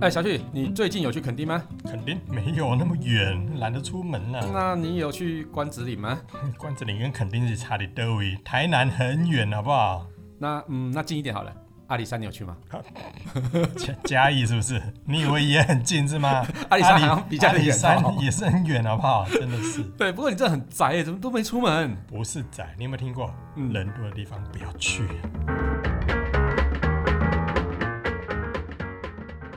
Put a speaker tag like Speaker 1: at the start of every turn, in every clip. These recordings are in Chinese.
Speaker 1: 哎，小旭，你最近有去垦丁吗？
Speaker 2: 肯定没有那么远，懒得出门啊。
Speaker 1: 那你有去关子岭吗？
Speaker 2: 关子岭跟垦丁是差的多位，台南很远，好不好？
Speaker 1: 那嗯，那近一点好了。阿里山你有去吗？
Speaker 2: 嘉嘉义是不是？你以为也很近是吗？
Speaker 1: 阿里山好像比嘉
Speaker 2: 阿
Speaker 1: 义
Speaker 2: 里
Speaker 1: 远
Speaker 2: 山
Speaker 1: 哦
Speaker 2: 也是很远，好不好？真的是。
Speaker 1: 对，不过你这很宅耶，怎么都没出门？
Speaker 2: 不是仔，你有没有听过？
Speaker 1: 嗯
Speaker 2: 人多的地方不要去。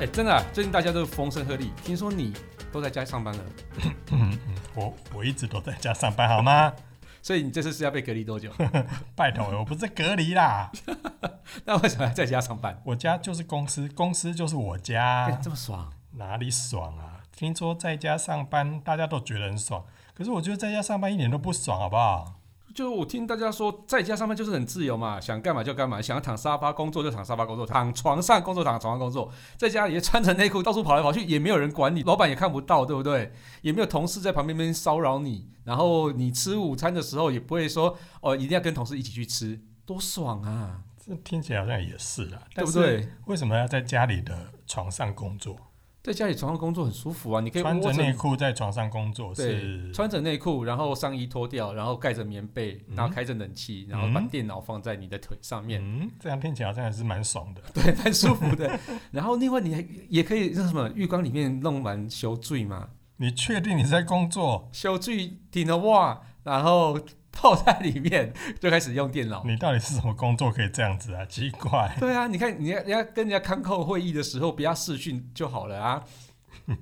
Speaker 1: 哎，真的啊、最近大家都风声鹤唳，听说你都在家上班了，
Speaker 2: 我我一直都在家上班，好吗？
Speaker 1: 所以你这次是要被隔离多 久？
Speaker 2: 拜托，我不是隔离啦，
Speaker 1: 那为什么还在家上班？
Speaker 2: 我家就是公司，公司就是我
Speaker 1: 哎
Speaker 2: 家，
Speaker 1: 这么爽？
Speaker 2: 哪里爽啊？听说在家上班，大家都觉得很爽，可是我觉得在家上班一点都不爽，好不好？
Speaker 1: 就我听大家说，在家上班就是很自由嘛，想干嘛就干嘛，想要躺沙发工作就躺沙发工作，躺床上工作躺床上工作，在家里也穿着内裤到处跑来跑去，也没有人管你，老板也看不到，对不对？也没有同事在旁边边骚扰你，然后你吃午餐的时候也不会说哦，一定要跟同事一起去吃，多爽啊，
Speaker 2: 这听起来好像也啊是啦，
Speaker 1: 对不？对？
Speaker 2: 为什么要在家里的床上工作？
Speaker 1: 在家里床上工作很舒服啊，你可以
Speaker 2: 穿
Speaker 1: 窝
Speaker 2: 着内
Speaker 1: 着。
Speaker 2: 裤在床上工作
Speaker 1: 对，
Speaker 2: 是？
Speaker 1: 穿着内裤，然后上衣脱掉，然后盖着棉被，然后开着冷气，然后把
Speaker 2: 嗯
Speaker 1: 电脑放在你的腿上面，
Speaker 2: 嗯，这样听起来好像还是蛮爽的。
Speaker 1: 对，蛮舒服的。 然后另外你还也可以那什么浴缸里面弄完修醉嘛，
Speaker 2: 你确定你在工作？
Speaker 1: 修醉顶了哇，然后泡在里面就开始用电脑。
Speaker 2: 你到底是什么工作可以这样子啊？奇怪，
Speaker 1: 对啊，你看你要你要跟人家康扣会议的时候，不要视讯就好了 啊，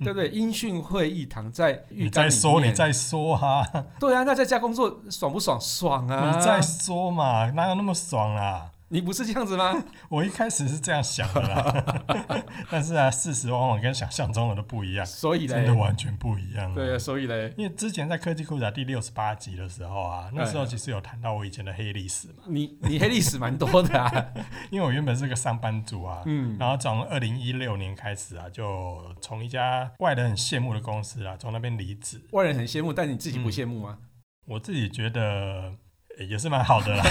Speaker 1: 对不对？音讯会议躺在浴
Speaker 2: 你
Speaker 1: 缸
Speaker 2: 再
Speaker 1: 里
Speaker 2: 说，
Speaker 1: 面
Speaker 2: 你再说哈、啊，
Speaker 1: 对啊，那在家工作爽不爽？爽啊！
Speaker 2: 你再说嘛，哪有那么爽啦、
Speaker 1: 你不是这样子 吗？
Speaker 2: 我一开始是这样想的啦， 但是啊，事实往往跟想象中的都不一样，
Speaker 1: 所以
Speaker 2: 真
Speaker 1: 嘞
Speaker 2: 的，完全不一样、
Speaker 1: 对啊，，所以嘞，
Speaker 2: 因为之前在科技库仔第六十八集的时候
Speaker 1: 哎
Speaker 2: 啊，那时候其实有谈到我以前的黑历史嘛，
Speaker 1: 你你黑历史蛮多的啊，
Speaker 2: 因为我原本是个上班族啊，
Speaker 1: 嗯，
Speaker 2: 然后从二零一六年开始啊，就从一家外人很羡慕的公司啊，从那边离职。
Speaker 1: 外人很羡慕，但你自己不羡慕吗？
Speaker 2: 我自己觉得呃也是蛮好 的啦，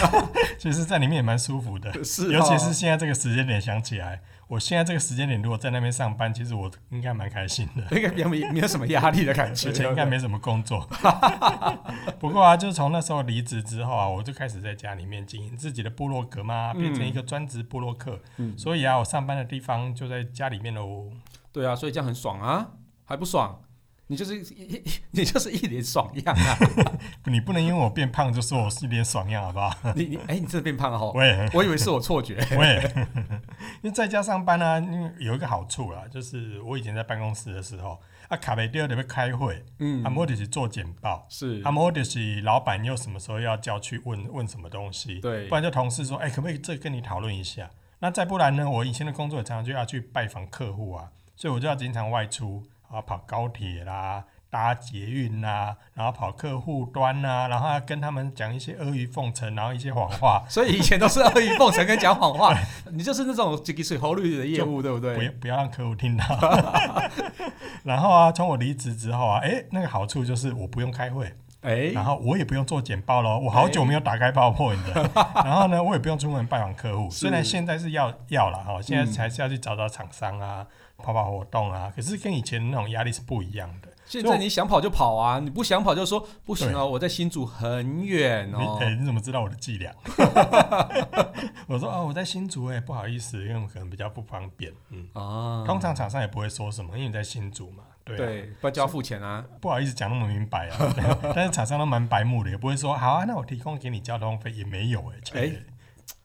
Speaker 2: 其实在里面也蛮舒服的，
Speaker 1: 是哦，
Speaker 2: 尤其是现在这个时间点想起来，我现在这个时间点如果在那边上班，其实我应该蛮开心 的。
Speaker 1: 应该比较没没有什么压力的感觉，
Speaker 2: 而且 应该没什么工作，不过啊，就是从那时候离职之后啊，我就开始在家里面经营自己的部落格嘛，
Speaker 1: 嗯
Speaker 2: 变成一个专职部落客。
Speaker 1: 嗯
Speaker 2: 所以啊，我上班的地方就在家里面喽。
Speaker 1: 对啊，所以这样很爽啊，还不爽？你就是一你就是一脸爽样啊！
Speaker 2: 你不能因为我变胖就说我是一脸爽样，好不好？
Speaker 1: 你你哎、你真的变胖了哦！
Speaker 2: 我也很
Speaker 1: 我以为是我错觉。
Speaker 2: 我也， 因为在家上班呢、啊，因为有一个好处啦，就是我以前在办公室的时候，啊，卡贝第二得被开会，
Speaker 1: 嗯
Speaker 2: 啊，，莫就是做简报，
Speaker 1: 是
Speaker 2: 啊，莫就是老板又什么时候要叫去问问什么东西，
Speaker 1: 对
Speaker 2: 不然就同事说，哎、可不可以这跟你讨论一下？那再不然呢，我以前的工作也常常就要去拜访客户啊，所以我就要经常外出啊，跑高铁啦。搭捷运啦、然后跑客户端啦、然后要跟他们讲一些阿谀奉承，然后一些谎话，
Speaker 1: 所以以前都是阿谀奉承跟讲谎话，你就是那种几个水喉绿的业务，对不
Speaker 2: 不要
Speaker 1: 对？
Speaker 2: 不要让客 户听到。然后啊，从我离职之后啊，哎、那个好处就是我不用开会，
Speaker 1: 哎、
Speaker 2: 然后我也不用做简报喽，我好久没有打开 PowerPoint 的。 然后呢，我也不用出门拜访客户，
Speaker 1: 是嗯
Speaker 2: 虽然现在是要要了哈，现在还是要去找找厂商啊，跑跑活动啊，可是跟以前那种压力是不一样的。
Speaker 1: 现在你想跑就跑啊，你不想跑就说不行哦，我在新竹很远
Speaker 2: 你
Speaker 1: 哦
Speaker 2: 哎、。你怎么知道我的伎俩？ 我说哦，我在新竹哎、不好意思，因为我可能比较不方便。嗯，
Speaker 1: 啊，
Speaker 2: 通常厂商也不会说什么，因为你在新竹嘛。对啊、
Speaker 1: 对，不然就要付钱啊。
Speaker 2: 不好意思讲那么明白 啊，但是厂商都蛮白目的，也不会说好啊，那我提供给你交通费也没有哎、欸，
Speaker 1: 哎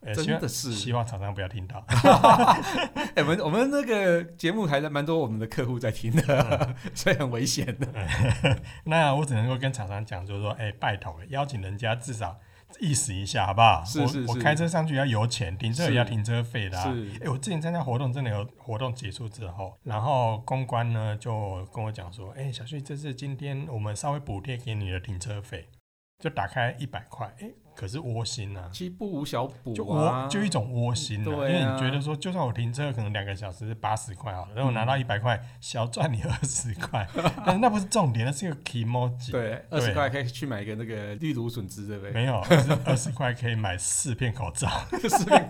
Speaker 2: 呃
Speaker 1: 真
Speaker 2: 希望
Speaker 1: 的是
Speaker 2: 希望厂商不要听到，
Speaker 1: 哎、我们我们那个节目还蛮多我们的客户在听的，
Speaker 2: 嗯
Speaker 1: 所以很危险的。
Speaker 2: 那我只能够跟厂商讲，就是说，哎、拜托、欸，邀请人家至少。意思一下，好不好？
Speaker 1: 是是是
Speaker 2: 我我开车上去要油钱，停车也
Speaker 1: 是
Speaker 2: 要停车费的、啊。
Speaker 1: 是
Speaker 2: 哎、我之前参加活动，真的有活动结束之后，然后公关呢就跟我讲说，哎、小旭，这是今天我们稍微补贴给你的停车费，就打开一百块，哎、可是窝心啊，
Speaker 1: 其不无小补
Speaker 2: 就
Speaker 1: 啊，
Speaker 2: 窝就一种窝心、啊，
Speaker 1: 对啊
Speaker 2: 因为你觉得说，就算我停车可能两个小时是八十块
Speaker 1: 嗯
Speaker 2: 好了，然后我拿到一百块，小赚你二十 块，但是那不是重点，那是个 emoji。
Speaker 1: 对二十块可以去买一个那个绿芦笋汁，对不对？
Speaker 2: 没有，二十二十块可以买四片口罩，
Speaker 1: 是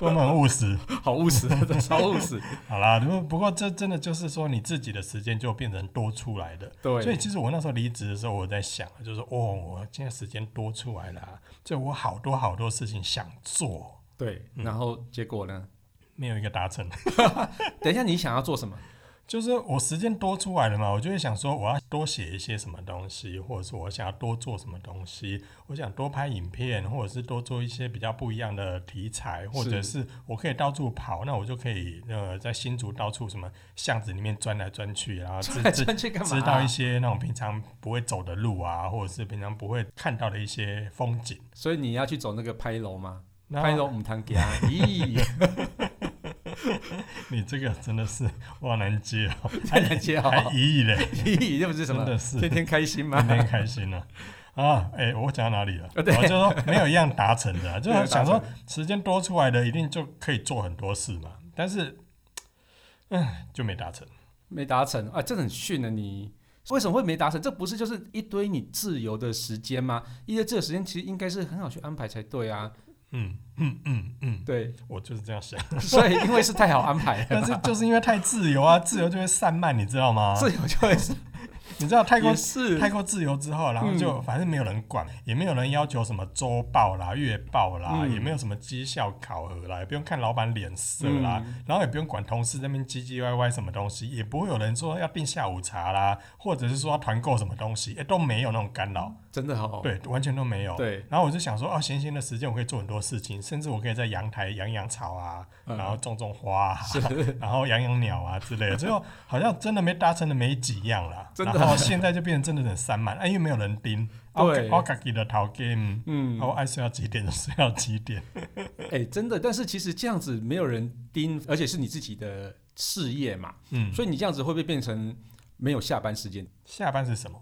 Speaker 2: 我们很务实。
Speaker 1: 好务实，啊真的超务实。
Speaker 2: 好啦，不过不过这真的就是说你自己的时间就变成多出来的。
Speaker 1: 对，
Speaker 2: 所以其实我那时候离职的时候，我在想，就是说哦，我现在时间多出来了啊，所以我好多好多事情想做，
Speaker 1: 对，
Speaker 2: 嗯
Speaker 1: 然后结果呢？
Speaker 2: 没有一个达成。
Speaker 1: 等一下，你想要做什么？
Speaker 2: 就是我时间多出来了嘛，我就会想说，我要多写一些什么东西，或者是我想要多做什么东西，我想多拍影片，或者是多做一些比较不一样的题材，或者是我可以到处跑，那我就可以呃在新竹到处什么巷子里面钻来钻去，啊然 后知
Speaker 1: 转来
Speaker 2: 知
Speaker 1: 转去干嘛？啊
Speaker 2: 知道一些那种平常不会走的路啊，或者是平常不会看到的一些风景。
Speaker 1: 所以你要去走那个拍楼吗？
Speaker 2: 然后
Speaker 1: 拍楼五堂给啊？咦，
Speaker 2: 你这个真的是我好难接 哦，
Speaker 1: 太难接哦
Speaker 2: 还疑义嘞，
Speaker 1: 咦，这不是什么
Speaker 2: 哎真？的是
Speaker 1: 天天开心吗？
Speaker 2: 天天开心呢、 啊。哎、我讲到哪里了？
Speaker 1: 啊
Speaker 2: 我
Speaker 1: 对
Speaker 2: 就说没有一样达成 的啊、就
Speaker 1: 没有
Speaker 2: 是
Speaker 1: 达成
Speaker 2: 想说时间多出来的，一定就可以做很多事嘛。但是，唉，就没达成。
Speaker 1: 没达成啊，这很逊啊！你。为什么会没达成？这不是就是一堆你自由的时间吗？一堆自由时间其实应该是很好去安排才对啊。
Speaker 2: 嗯嗯嗯嗯，
Speaker 1: 对，
Speaker 2: 我就是这样想。
Speaker 1: 所以因为是太好安排了
Speaker 2: 但是就是因为太自由啊，自由就会散漫，你知道吗
Speaker 1: 嘛，？自由就会是
Speaker 2: 你知道太过
Speaker 1: 也是
Speaker 2: 哦
Speaker 1: 嗯
Speaker 2: 太过自由之后，然后就反正没有人管，也没有人要求什么周报啦、月报啦，
Speaker 1: 嗯
Speaker 2: 也没有什么绩效考核啦，也不用看老板脸色
Speaker 1: 嗯
Speaker 2: 啦，然后也不用管同事在那边唧唧歪歪什么东西，也不会有人说要订下午茶啦，或者是说要团购什么东西，哎、都没有那种干扰，
Speaker 1: 真的好、哦。
Speaker 2: 对，完全都没有。
Speaker 1: 对
Speaker 2: 然后我就想说，哦，闲闲的时间我可以做很多事情，甚至我可以在阳台养养草啊，
Speaker 1: 嗯
Speaker 2: 然后种种花、啊，
Speaker 1: 是
Speaker 2: 然后养养鸟啊之类的，最后好像真的没达成的没几样啦。
Speaker 1: 真的
Speaker 2: 然后现在就变成真的很散漫，啊、因为没有人盯，啊
Speaker 1: 对
Speaker 2: 我我自己的逃 game，啊
Speaker 1: 嗯，
Speaker 2: 我爱睡到几点就睡到几点。
Speaker 1: 哎、真的，但是其实这样子没有人盯，而且是你自己的事业嘛，
Speaker 2: 嗯，
Speaker 1: 所以你这样子会不会变成没有下班时间？
Speaker 2: 下班是 什么？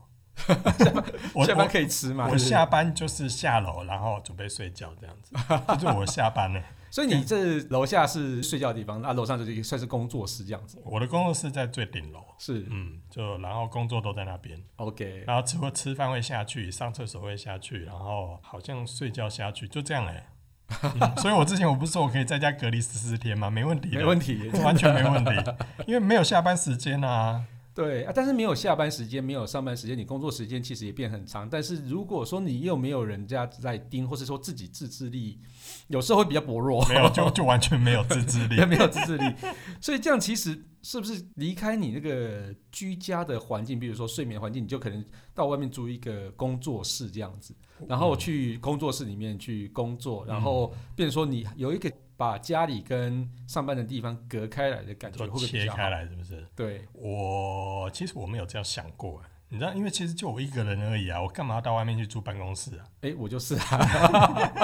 Speaker 2: 我
Speaker 1: 下班可以吃嘛？
Speaker 2: 我
Speaker 1: 对不对
Speaker 2: 我下，班就是下楼，然后准备睡觉这样 子，这就是我下班呢。
Speaker 1: 所以你这楼下是睡觉的地方，啊，楼上就是一个算是工作室这样子，
Speaker 2: 我的工作室在最顶楼，
Speaker 1: 是、
Speaker 2: 嗯，就然后工作都在那边，
Speaker 1: OK。
Speaker 2: 然后吃会吃饭会下去，上厕所会下去，然后好像睡觉下去，就这样哎、欸 嗯所以我之前我不是说我可以在家隔离十四天吗？没问题的，
Speaker 1: 没问 题，
Speaker 2: 完全没问题，因为没有下班时间啊。
Speaker 1: 对啊，但是没有下班时间，没有上班时间，你工作时间其实也变很长。但是如果说你又没有人家在盯，或是说自己自制力，有时候会比较薄弱，
Speaker 2: 没有就就完全没有自制力
Speaker 1: 也。 没有自制力，所以这样其实是不是离开你那个居家的环境，比如说睡眠环境，你就可能到外面租一个工作室这样子，然
Speaker 2: 嗯
Speaker 1: 后去工作室里面去工作，然后变成说你有一个把家里跟上班的地方隔开来的感觉，
Speaker 2: 就
Speaker 1: 会不会比
Speaker 2: 切
Speaker 1: 较好
Speaker 2: 开？来是不是？
Speaker 1: 对，
Speaker 2: 我其实我没有这样想过、欸，你知道，因为其实就我一个人而已啊，我干嘛要到外面去租办公室啊？
Speaker 1: 哎，我就是 啊，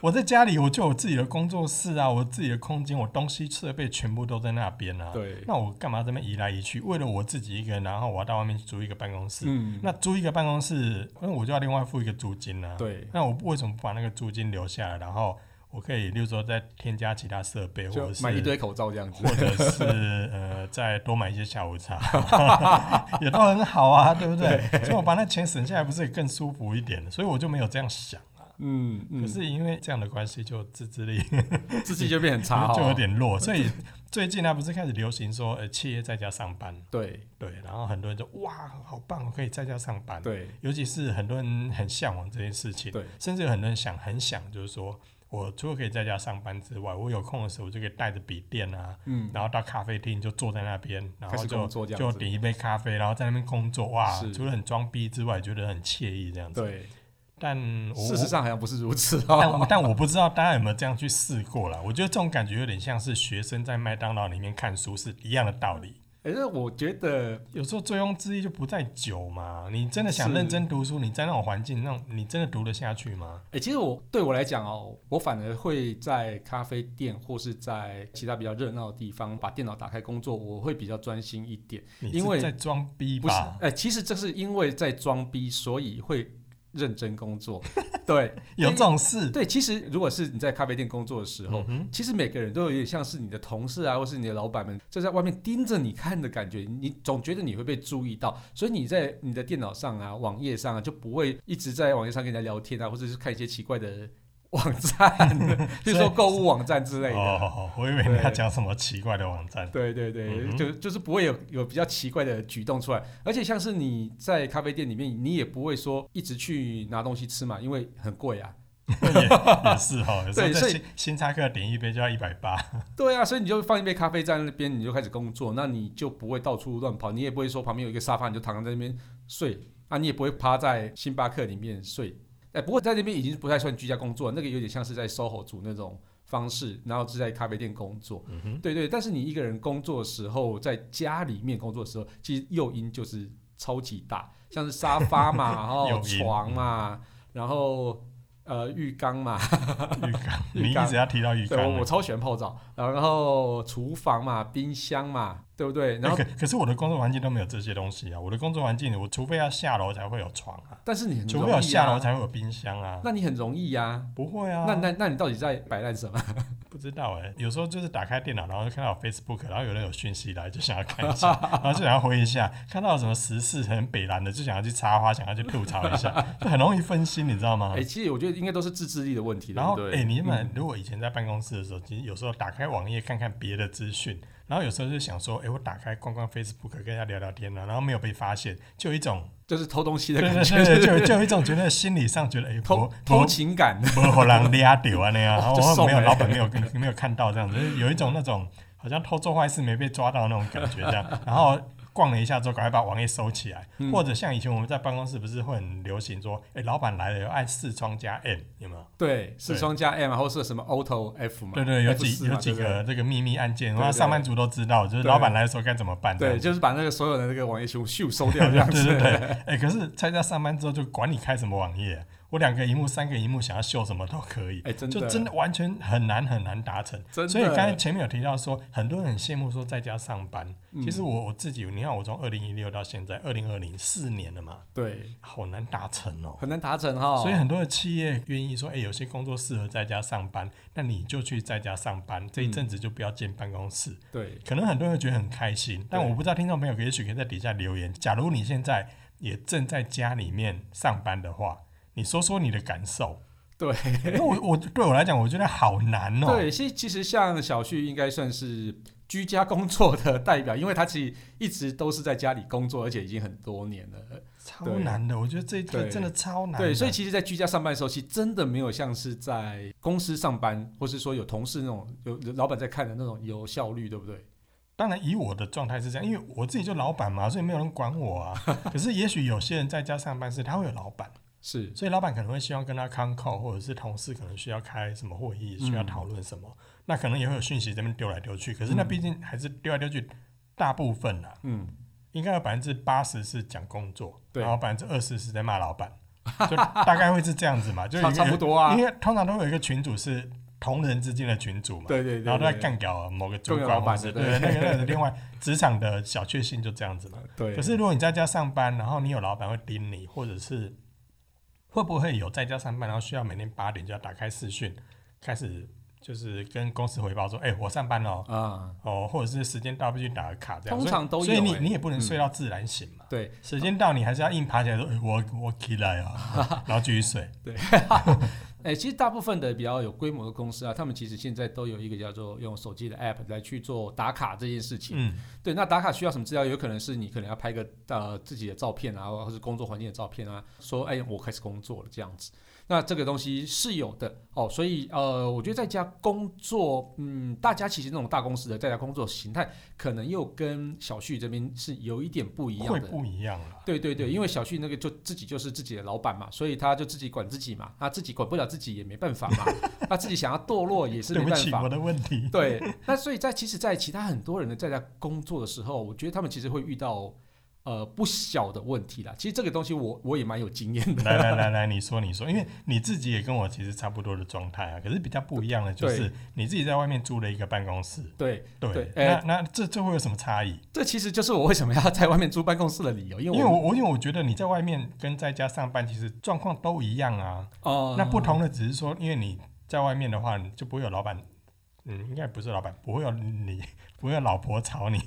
Speaker 2: 我在家里我就有我自己的工作室啊，我自己的空间，我东西设备全部都在那边啊。
Speaker 1: 对，
Speaker 2: 那我干嘛这么移来移去？为了我自己一个人，然后我要到外面去租一个办公室。
Speaker 1: 嗯，
Speaker 2: 那租一个办公室，那我就要另外付一个租金啊。，
Speaker 1: 对，
Speaker 2: 那我为什么不把那个租金留下来，然后我可以，例如说再添加其他设备，或
Speaker 1: 就
Speaker 2: 者是
Speaker 1: 买一堆口罩这样子
Speaker 2: 或，者 是呃，再多买一些下午茶， 也都很好啊，对不对？所以我把那钱省下来，不是也更舒服一点？所以我就没有这样想啊。
Speaker 1: 嗯
Speaker 2: 可
Speaker 1: 嗯，
Speaker 2: 是因为这样的关系，就自制 力
Speaker 1: 自己就变很差哦，
Speaker 2: 就有点弱，所 以最近呢，不是开始流行说，呃，企业在家上班，
Speaker 1: 对
Speaker 2: 对，然后很多人就哇，好棒，我可以在家上班，，
Speaker 1: 对
Speaker 2: 尤其是很多人很向往这件事情，
Speaker 1: 对，
Speaker 2: 甚至有很多人想很想，就是说我除了可以在家上班之外，我有空的时候我就可以带着笔电啊，
Speaker 1: 嗯，
Speaker 2: 然后到咖啡厅就坐在那边，然
Speaker 1: 开
Speaker 2: 后
Speaker 1: 始
Speaker 2: 就
Speaker 1: 工作这样
Speaker 2: 就
Speaker 1: 子
Speaker 2: 点一杯咖啡，然后在那边工作。哇
Speaker 1: 是，
Speaker 2: 除了很装逼之外，觉得很惬意这样子。
Speaker 1: 对，
Speaker 2: 但我
Speaker 1: 事实上好像不是如此
Speaker 2: 我但我
Speaker 1: 哦，
Speaker 2: 但我不知道大家有没有这样去试过啦。我觉得这种感觉有点像是学生在麦当劳里面看书是一样的道理。
Speaker 1: 哎，那我觉得
Speaker 2: 有时候醉翁之意就不在酒嘛。你真的想认真读书，你在那种环境，那种你真的读得下去吗？
Speaker 1: 哎，其实我对我来讲哦，我反而会在咖啡店或是在其他比较热闹的地方把电脑打开工作，我会比较专心一点。
Speaker 2: 你
Speaker 1: 因
Speaker 2: 是
Speaker 1: 为
Speaker 2: 在装逼
Speaker 1: 不是
Speaker 2: 吧，？
Speaker 1: 哎，其实这是因为在装逼，所以会认真工作。 对
Speaker 2: 有这种事？
Speaker 1: 对，其实如果是你在咖啡店工作的时候，
Speaker 2: 嗯哼，
Speaker 1: 其实每个人都有点像是你的同事啊，或是你的老板们，就在外面盯着你看的感觉，你总觉得你会被注意到，所以你在你的电脑上啊、网页上啊，就不会一直在网页上跟人家聊天啊，或者是看一些奇怪的网 站， 比如说购物网站之类的。
Speaker 2: 哦，我以为你要讲什么奇怪的网站。
Speaker 1: 对对对，
Speaker 2: 嗯哼
Speaker 1: 就就是不会有有比较奇怪的举动出来，而且像是你在咖啡店里面，你也不会说一直去拿东西吃嘛，因为很贵啊。
Speaker 2: 也也是 哈，有时候
Speaker 1: 对
Speaker 2: 在
Speaker 1: 所以
Speaker 2: 星星巴克点一杯就要一百 八，
Speaker 1: 对啊，所以你就放一杯咖啡在那边，你就开始工作，那你就不会到处乱跑，你也不会说旁边有一个沙发你就躺在那边睡，啊，你也不会趴在星巴克里面睡。哎，不过在那边已经不太算居家工作，那个有点像是在 SOHO 族那种方式，然后是在咖啡店工作。
Speaker 2: 嗯哼，
Speaker 1: 对对，但是你一个人工作的时候，在家里面工作的时候，其实诱因就是超级大，像是沙发 嘛，然后
Speaker 2: 诱因
Speaker 1: 床嘛，然后呃浴缸嘛，
Speaker 2: 浴缸，
Speaker 1: 浴
Speaker 2: 你一
Speaker 1: 缸
Speaker 2: 直要提到浴缸
Speaker 1: 对，我
Speaker 2: 欸
Speaker 1: 我，超喜欢泡澡，然后厨房嘛，冰箱嘛，对不对？然
Speaker 2: 欸
Speaker 1: 后，
Speaker 2: 可可是我的工作环境都没有这些东西啊，我的工作环境我除非要下楼才会有床啊，
Speaker 1: 但是你很
Speaker 2: 除
Speaker 1: 容
Speaker 2: 非
Speaker 1: 易、啊，
Speaker 2: 有下楼才会有冰箱啊，
Speaker 1: 那你很容易呀、
Speaker 2: 不会
Speaker 1: 啊
Speaker 2: 啊，
Speaker 1: 那那那你到底在摆烂什么？
Speaker 2: 不知道哎、有时候就是打开电脑，然后就看到有 Facebook，然后有人有讯息来，就想要看一 下，然后就想要回一下，看到有什么时事很北蓝的，就想要去插花，想要去吐槽 一下，就很容易分心，你知道吗
Speaker 1: 哎、？其实我觉得应该都是自制力的问题，
Speaker 2: 啊然后
Speaker 1: 对不，嗯
Speaker 2: 哎、
Speaker 1: 对？
Speaker 2: 你们如果以前在办公室的时候，其实有时候打开网页看看别的资讯，然后有时候就想说，哎、我打开逛逛 Facebook，跟人家聊聊天啊，然后没有被发现，就有一种，
Speaker 1: 就是偷东西的
Speaker 2: 对
Speaker 1: 感
Speaker 2: 对
Speaker 1: 觉，
Speaker 2: 对，就就有一种觉得心理上觉得，哎、
Speaker 1: 偷
Speaker 2: 我
Speaker 1: 偷
Speaker 2: 我
Speaker 1: 情感。
Speaker 2: 我让俩丢啊那样，然
Speaker 1: 就
Speaker 2: 后
Speaker 1: 送
Speaker 2: 没有
Speaker 1: 了
Speaker 2: 老板没有没有看到这样子，就是有一种那种好像偷做坏事没被抓到那种感觉这样，然后。逛了一下之后，赶快把网页收起来，
Speaker 1: 嗯
Speaker 2: 或者像以前我们在办公室不是会很流行说，哎、老板来了要按视窗加 M，有没有？
Speaker 1: 对，四双加 M 啊或是什么 Auto F 嘛？
Speaker 2: 对对，有
Speaker 1: F4
Speaker 2: 几
Speaker 1: 嘛
Speaker 2: 有
Speaker 1: 对
Speaker 2: 几
Speaker 1: 不对
Speaker 2: 个这个秘密按
Speaker 1: 对
Speaker 2: 键，然后
Speaker 1: 对
Speaker 2: 上班族都知道，就是
Speaker 1: 对
Speaker 2: 老板来的时候该怎么办。
Speaker 1: 对，
Speaker 2: 这样
Speaker 1: 就是把那个所有的那个网页全部咻收掉这
Speaker 2: 对
Speaker 1: 样
Speaker 2: 对
Speaker 1: 子。
Speaker 2: 对对。哎，可是参加上班之后，就管你开什么网页，我两个荧幕、三个荧幕，想要秀什么都可以
Speaker 1: 哎、，真的，
Speaker 2: 就真的完全很难很难达成。
Speaker 1: 真的
Speaker 2: 所以刚才前面有提到说，很多人很羡慕说在家上班。
Speaker 1: 嗯
Speaker 2: 其实我我自己，你看我从二零一六到现在二零二零四年了嘛，
Speaker 1: 对
Speaker 2: 好难达成哦。
Speaker 1: 很难达成哈。
Speaker 2: 所以很多的企业愿意说，哎、有些工作适合在家上班，那你就去在家上班，这一阵子就不要进办公室。
Speaker 1: 对
Speaker 2: 可能很多人会觉得很开心，但
Speaker 1: 嗯对
Speaker 2: 我不知道听众朋友也许可以在底下留言。假如你现在也正在家里面上班的话，你说说你的感受。
Speaker 1: 对，
Speaker 2: 那我我对我来讲，我觉得好难哦、
Speaker 1: 对，其实其实像小旭应该算是居家工作的代表，因为他其实一直都是在家里工作，而且已经很多年了。
Speaker 2: 超难的。我觉得这一个
Speaker 1: 对
Speaker 2: 真的超难的。
Speaker 1: 对，所以其实，在居家上班的时候，其实真的没有像是在公司上班，或是说有同事那种有有老板在看的那种有效率，对不对？
Speaker 2: 当然以我的状态是这样，因为我自己就老板嘛，所以没有人管 我啊。可是也许有些人在家上班是他会有老板。
Speaker 1: 是，
Speaker 2: 所以老板可能会希望跟他 c o n call，或者是同事可能需要开什么会议，
Speaker 1: 嗯
Speaker 2: 需要讨论什么，那可能也会有讯息这边丢来丢去。可是那
Speaker 1: 嗯
Speaker 2: 毕竟还是丢来丢去，大部分啊，
Speaker 1: 嗯，
Speaker 2: 应该有百分之八十是讲工作，
Speaker 1: 对
Speaker 2: 然后百分之二十是在骂老板，就大概会是这样子嘛，就
Speaker 1: 差
Speaker 2: 有一个
Speaker 1: 差不多啊。
Speaker 2: 因为通常都会有一个群主是同人之间的群主嘛，
Speaker 1: 对对对，
Speaker 2: 然后都在
Speaker 1: 对
Speaker 2: 干掉某个主
Speaker 1: 各个
Speaker 2: 管
Speaker 1: 老
Speaker 2: 或
Speaker 1: 板
Speaker 2: 者是
Speaker 1: 的对
Speaker 2: 对那个那个另外职场的小确幸就这样子嘛。
Speaker 1: 对，
Speaker 2: 可是如果你在家上班，然后你有老板会盯你，或者是会不会有在家上班，然后需要每天八点就要打开视讯，开始就是跟公司汇报说，哎、我上班了哦，
Speaker 1: 啊，
Speaker 2: 哦，或者是时间到必须打个卡这样。
Speaker 1: 通常都有
Speaker 2: 所以所以
Speaker 1: 欸嗯
Speaker 2: 你你也不能睡到自然醒嘛。
Speaker 1: 对，
Speaker 2: 时间到，你还是要硬爬起来说：“哎、我我起来啊！”然后继 续睡。
Speaker 1: 哎、其实大部分的比较有规模的公司啊，他们其实现在都有一个叫做用手机的 app 来去做打卡这件事情。
Speaker 2: 嗯，
Speaker 1: 对，那打卡需要什么资料？有可能是你可能要拍个呃自己的照片啊，或是工作环境的照片啊，说哎我开始工作了这样子。那这个东西是有的哦，所以呃，我觉得在家工作，嗯，大家其实那种大公司的在家工作形态，可能又跟小旭这边是有一点不一样
Speaker 2: 会
Speaker 1: 的。
Speaker 2: 不一嗯样啦。
Speaker 1: 对对对，因为小旭那个就自己就是自己的老板嘛，所以他就自己管自己嘛，他自己管不了自己也没办法嘛， 他自己想要堕落也是
Speaker 2: 对
Speaker 1: 没
Speaker 2: 不
Speaker 1: 办
Speaker 2: 起，
Speaker 1: 法
Speaker 2: 我。的问题。
Speaker 1: 对，那所以在其实，在其他很多人的在在工作的时候，我觉得他们其实会遇到呃不小的问题啦。其实这个东西我我也蛮有经验的。
Speaker 2: 来来来来，你说你说，因为你自己也跟我其实差不多的状态啊，可是比较不一样的就是你自己在外面租了一个办公室，
Speaker 1: 对，
Speaker 2: 对，
Speaker 1: 对哎
Speaker 2: 那那这这会有什么差异？
Speaker 1: 这其实就是我为什么要在外面租办公室的理由，因为
Speaker 2: 因为
Speaker 1: 我
Speaker 2: 我我因为我觉得你在外面跟在家上班其实状况都一样啊，
Speaker 1: 哦、
Speaker 2: 那不同的只是说，因为你在外面的话，你就不会有老板，嗯，应该不是老板，不会有你， 不会有老婆吵你，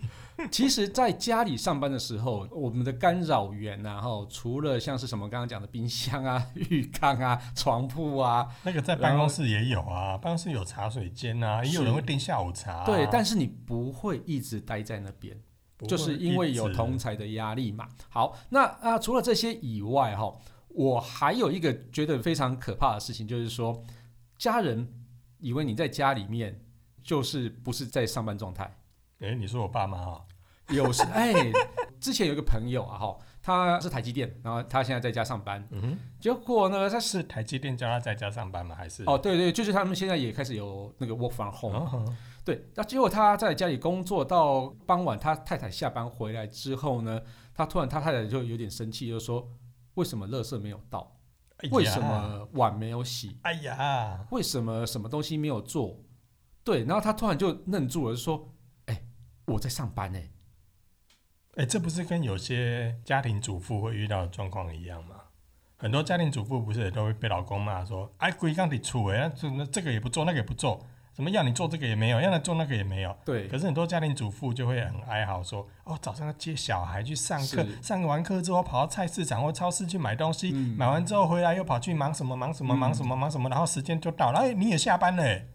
Speaker 1: 其实，在家里上班的时候，我们的干扰源啊、然后除了像是什么刚刚讲的冰箱啊、 浴缸啊、床铺啊，
Speaker 2: 那个在办公室也有啊，办公室有茶水间啊，也有人会订下午茶啊、
Speaker 1: 对，但是你不会一直待在那边。
Speaker 2: 不会
Speaker 1: 就是因为有
Speaker 2: 一直
Speaker 1: 同才的压力嘛。好，那啊、除了这些以外哈，我还有一个觉得非常可怕的事情，就是说家人以为你在家里面就是不是在上班状态，
Speaker 2: 哎、你说我爸妈啊，
Speaker 1: 有时哎，之前有一个朋友啊哈，他是台积电，然后他现在在家上班，
Speaker 2: 嗯哼，
Speaker 1: 结果呢，他
Speaker 2: 是台积电叫他在家上班吗？还是
Speaker 1: 哦对对，就是他们现在也开始有那个 work from home，、
Speaker 2: 哦
Speaker 1: 对，那结果他在家里工作到傍晚，他太太下班回来之后呢，他突然他太太就有点生气，就说：“为什么垃圾没有到？
Speaker 2: 哎呀
Speaker 1: 为什么碗没有洗？
Speaker 2: 哎呀，
Speaker 1: 为什么什么东西没有做？”对，然后他突然就愣住了，就说：“哎、我在上班哎、
Speaker 2: 哎、这不是跟有些家庭主妇会遇到的状况一样吗？很多家庭主妇不是也都会被老公骂说，哎，鬼刚得出哎，怎么这个也不做，那个也不做，怎么要你做这个也没有，要你做那个也没有。
Speaker 1: 对，
Speaker 2: 可是很多家庭主妇就会很哀嚎说，哦，早上要接小孩去上课，
Speaker 1: 是
Speaker 2: 上完课之后跑到菜市场或超市去买东西，
Speaker 1: 嗯
Speaker 2: 买完之后回来又跑去忙什么忙什么
Speaker 1: 嗯
Speaker 2: 忙什么忙什么，然后时间就到了，哎，你也下班了哎，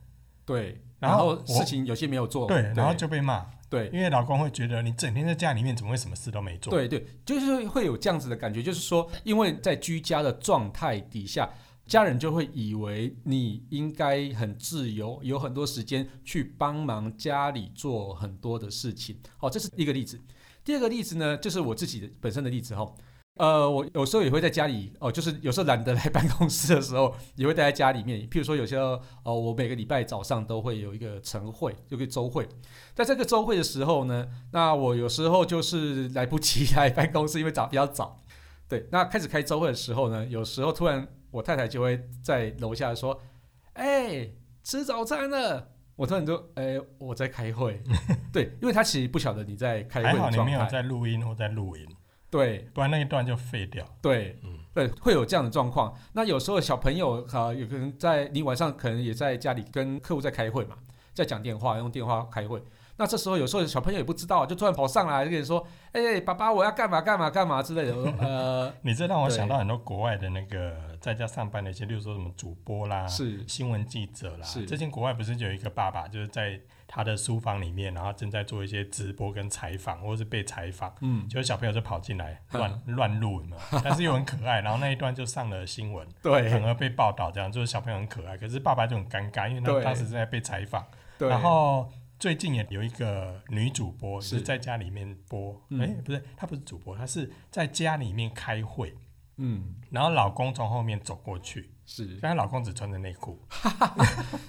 Speaker 1: 对，
Speaker 2: 然
Speaker 1: 然
Speaker 2: 后
Speaker 1: 后
Speaker 2: 我
Speaker 1: 事情有些没有做，
Speaker 2: 对，然后就被骂。
Speaker 1: 对。”
Speaker 2: 因为老公会觉得你整天在家里面怎么会什么事都没做？
Speaker 1: 对对，就是会有这样子的感觉，就是说，因为在居家的状态底下，家人就会以为你应该很自由，有很多时间去帮忙家里做很多的事情。好、这是一个例子。第二个例子呢，就是我自己的本身的例子哈、呃，我有时候也会在家里哦，就是有时候懒得来办公室的时候，也会待在家里面。譬如说，有些哦，我每个礼拜早上都会有一个晨会，有一个周会。在这个周会的时候呢，那我有时候就是来不及来办公室，因为早比较早。对，那开始开周会的时候呢，有时候突然我太太就会在楼下说：“哎、吃早餐了。”我突然就：“哎、我在开会。”对，因为她其实不晓得你在开
Speaker 2: 还
Speaker 1: 会
Speaker 2: 好
Speaker 1: 的
Speaker 2: 你
Speaker 1: 状
Speaker 2: 没有
Speaker 1: 态。
Speaker 2: 在录音或在录音，
Speaker 1: 对
Speaker 2: 不然那一段就废掉。
Speaker 1: 对，
Speaker 2: 嗯，
Speaker 1: 对，会有这样的状况。那有时候小朋友啊、呃有可能在你晚上可能也在家里跟客户在开会嘛，在讲电话，用电话开会。那这时候有时候小朋友也不知道，就突然跑上来就跟你说：“哎、爸爸，我要干嘛干嘛干嘛之类的。 我说”呃，
Speaker 2: 你这让我
Speaker 1: 对
Speaker 2: 想到很多国外的那个在家上班的一些，例如说什么主播啦、
Speaker 1: 是
Speaker 2: 新闻记者啦。
Speaker 1: 是
Speaker 2: 最近国外不是就有一个爸爸，就是在他的书房里面，然后正在做一些直播跟采访，或是被采访，
Speaker 1: 嗯，
Speaker 2: 结果小朋友就跑进 来
Speaker 1: 嗯
Speaker 2: 乱乱录嘛，但是又很 可爱，然后那一段就上了新闻。反
Speaker 1: 对
Speaker 2: 而被报道，这样就是小朋友很可爱，可是爸爸就很尴尬，因为
Speaker 1: 对
Speaker 2: 他当时正在被采访。
Speaker 1: 对，
Speaker 2: 然后最近也有一个女主播
Speaker 1: 是
Speaker 2: 是在家里面播，哎、
Speaker 1: 嗯
Speaker 2: 不是，她不是主播，她是在家里面开会，
Speaker 1: 嗯
Speaker 2: 然后老公从后面走过去，
Speaker 1: 是
Speaker 2: 但她老公只穿着内裤。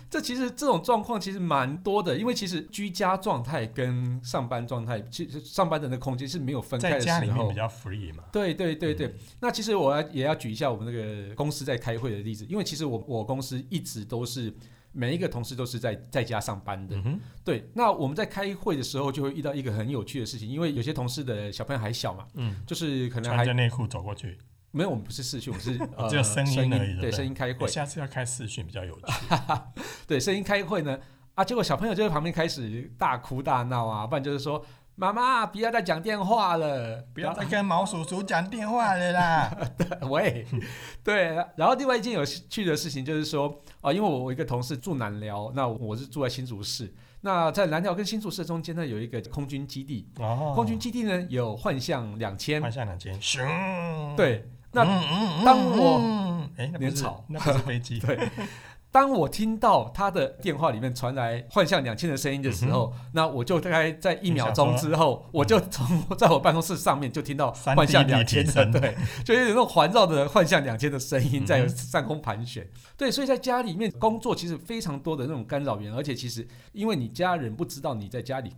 Speaker 1: 这其实这种状况其实蛮多的，因为其实居家状态跟上班状态，其实上班的那空间是没有分开
Speaker 2: 在
Speaker 1: 的
Speaker 2: 家里
Speaker 1: 时
Speaker 2: 面
Speaker 1: 候
Speaker 2: 比。较 free 嘛。
Speaker 1: 对对对
Speaker 2: 嗯
Speaker 1: 对，那其实我要也要举一下我们那个公司在开会的例子，因为其实我我公司一直都是每一个同事都是在在家上班的。
Speaker 2: 嗯哼，
Speaker 1: 对，那我们在开会的时候就会遇到一个很有趣的事情，因为有些同事的小朋友还小嘛，
Speaker 2: 嗯，
Speaker 1: 就是可能
Speaker 2: 穿
Speaker 1: 还
Speaker 2: 着内裤走过去，
Speaker 1: 没有，我们不是视讯，我们 是呃
Speaker 2: 只有声音而已对不
Speaker 1: 对
Speaker 2: 对
Speaker 1: 声音开会，啊
Speaker 2: 下次要开视讯比较有趣。
Speaker 1: 对声音开会呢啊，结果小朋友就在旁边开始大哭大闹啊，不然就是说妈妈不要再讲电话了，
Speaker 2: 不要再跟毛叔叔讲电话 了啦。
Speaker 1: 喂，对，然后另外一件有趣的事情就是说，啊、因为我我一个同事住南寮，那我是住在新竹市，那在南寮跟新竹市中间呢有一个空军基地，
Speaker 2: 哦，
Speaker 1: 空军基地呢有幻象两千，
Speaker 2: 换下两件，熊。
Speaker 1: 对，那
Speaker 2: 嗯嗯嗯
Speaker 1: 当我
Speaker 2: 嗯哎，那不
Speaker 1: 连
Speaker 2: 是
Speaker 1: 吵
Speaker 2: 那不是飞机，
Speaker 1: 对，当我听到他的电话里面传来幻象两千的声音的
Speaker 2: 嗯
Speaker 1: 时候，那我就大概在一秒钟之后，我就从 在我办公室上面就听到
Speaker 2: 嗯三
Speaker 1: 幻
Speaker 2: D
Speaker 1: 象
Speaker 2: 立
Speaker 1: 两
Speaker 2: 体
Speaker 1: 千
Speaker 2: 声
Speaker 1: 的，对，就有点那种环绕的幻象两千的声
Speaker 2: 嗯
Speaker 1: 音
Speaker 2: 哼
Speaker 1: 在上空盘旋。对，所以在家里面工作其实非常多的那种干扰源，而且其实因为你家人不知道你在家里，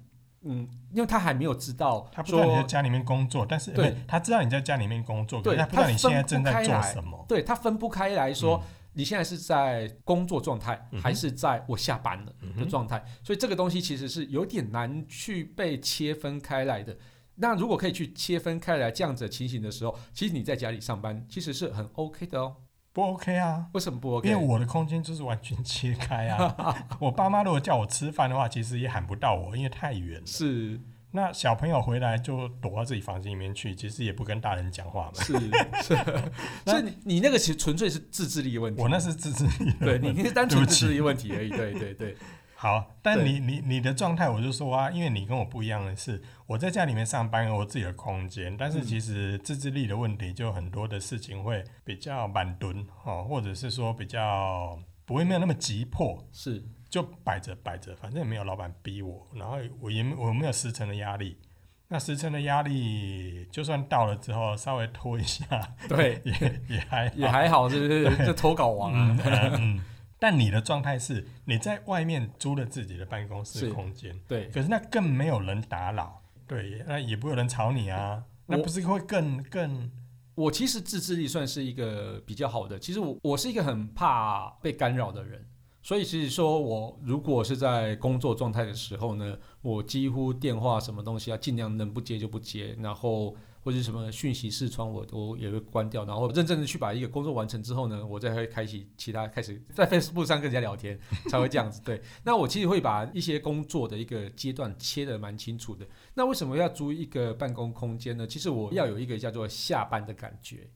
Speaker 1: 嗯，因为他还没有知道
Speaker 2: 他不知道你在
Speaker 1: 说。
Speaker 2: 家里面工作，但是
Speaker 1: 对
Speaker 2: 不是他知道你在家里面工作，可
Speaker 1: 对
Speaker 2: 是他不知道你现在正在
Speaker 1: 他
Speaker 2: 做
Speaker 1: 分不开来
Speaker 2: 什么。
Speaker 1: 对他分不开来说，你现在是在工作状态，
Speaker 2: 嗯嗯哼
Speaker 1: 还是在我下班了
Speaker 2: 嗯
Speaker 1: 的
Speaker 2: 哼
Speaker 1: 状态？所以这个东西其实是有点难去被切分开来的。那如果可以去切分开来这样子的情形的时候，其实你在家里上班其实是很 OK 的哦。
Speaker 2: 不 OK 啊，
Speaker 1: 为什么不 OK？
Speaker 2: 因为我的空间就是完全切开 啊。我爸妈如果叫我吃饭的话，其实也喊不到我，因为太远了。
Speaker 1: 是
Speaker 2: 那小朋友回来就躲到自己房间里面去，其实也不跟大人讲话嘛。
Speaker 1: 是是， 所以你你那个其实纯粹是自制力问题。
Speaker 2: 我那是自制力的
Speaker 1: 对
Speaker 2: 问
Speaker 1: 你
Speaker 2: 题。
Speaker 1: 你是单纯
Speaker 2: 对不
Speaker 1: 自
Speaker 2: 起
Speaker 1: 制力问题而已。对对对，
Speaker 2: 好，但你你你的状态，我就说啊，因为你跟我不一样的是，我在家里面上班，有我自己的空间，但是
Speaker 1: 嗯
Speaker 2: 其实自制力的问题，就很多的事情会比较慢蹲哦，或者是说比较不会没有那么急迫，
Speaker 1: 是
Speaker 2: 就摆着摆着，反正也没有老板逼我，然后我也没我没有时辰的压力。那时辰的压力，就算到了之后，稍微拖一下，
Speaker 1: 对，
Speaker 2: 也也还
Speaker 1: 也
Speaker 2: 好
Speaker 1: 还好， 是不是？就投稿王啊。
Speaker 2: 嗯嗯嗯。但你的状态是你在外面租了自己的办公室
Speaker 1: 是
Speaker 2: 空间，
Speaker 1: 对，
Speaker 2: 可是那更没有人打扰，对，那也不会有人吵你啊，那
Speaker 1: 我
Speaker 2: 不是会更更
Speaker 1: 我其实自制力算是一个比较好的。其实我我是一个很怕被干扰的人，所以其实说我如果是在工作状态的时候呢，我几乎电话什么东西啊，尽量能不接就不接，然后或者是什么讯息视窗我我也会关掉，然后认真的去把一个工作完成之后呢，我再会开启其他开始在 Facebook 上跟人家聊天才会这样子。对，那我其实会把一些工作的一个阶段切得蛮清楚的。那为什么要租一个办公空间呢？其实我要有一个叫做下班的感觉。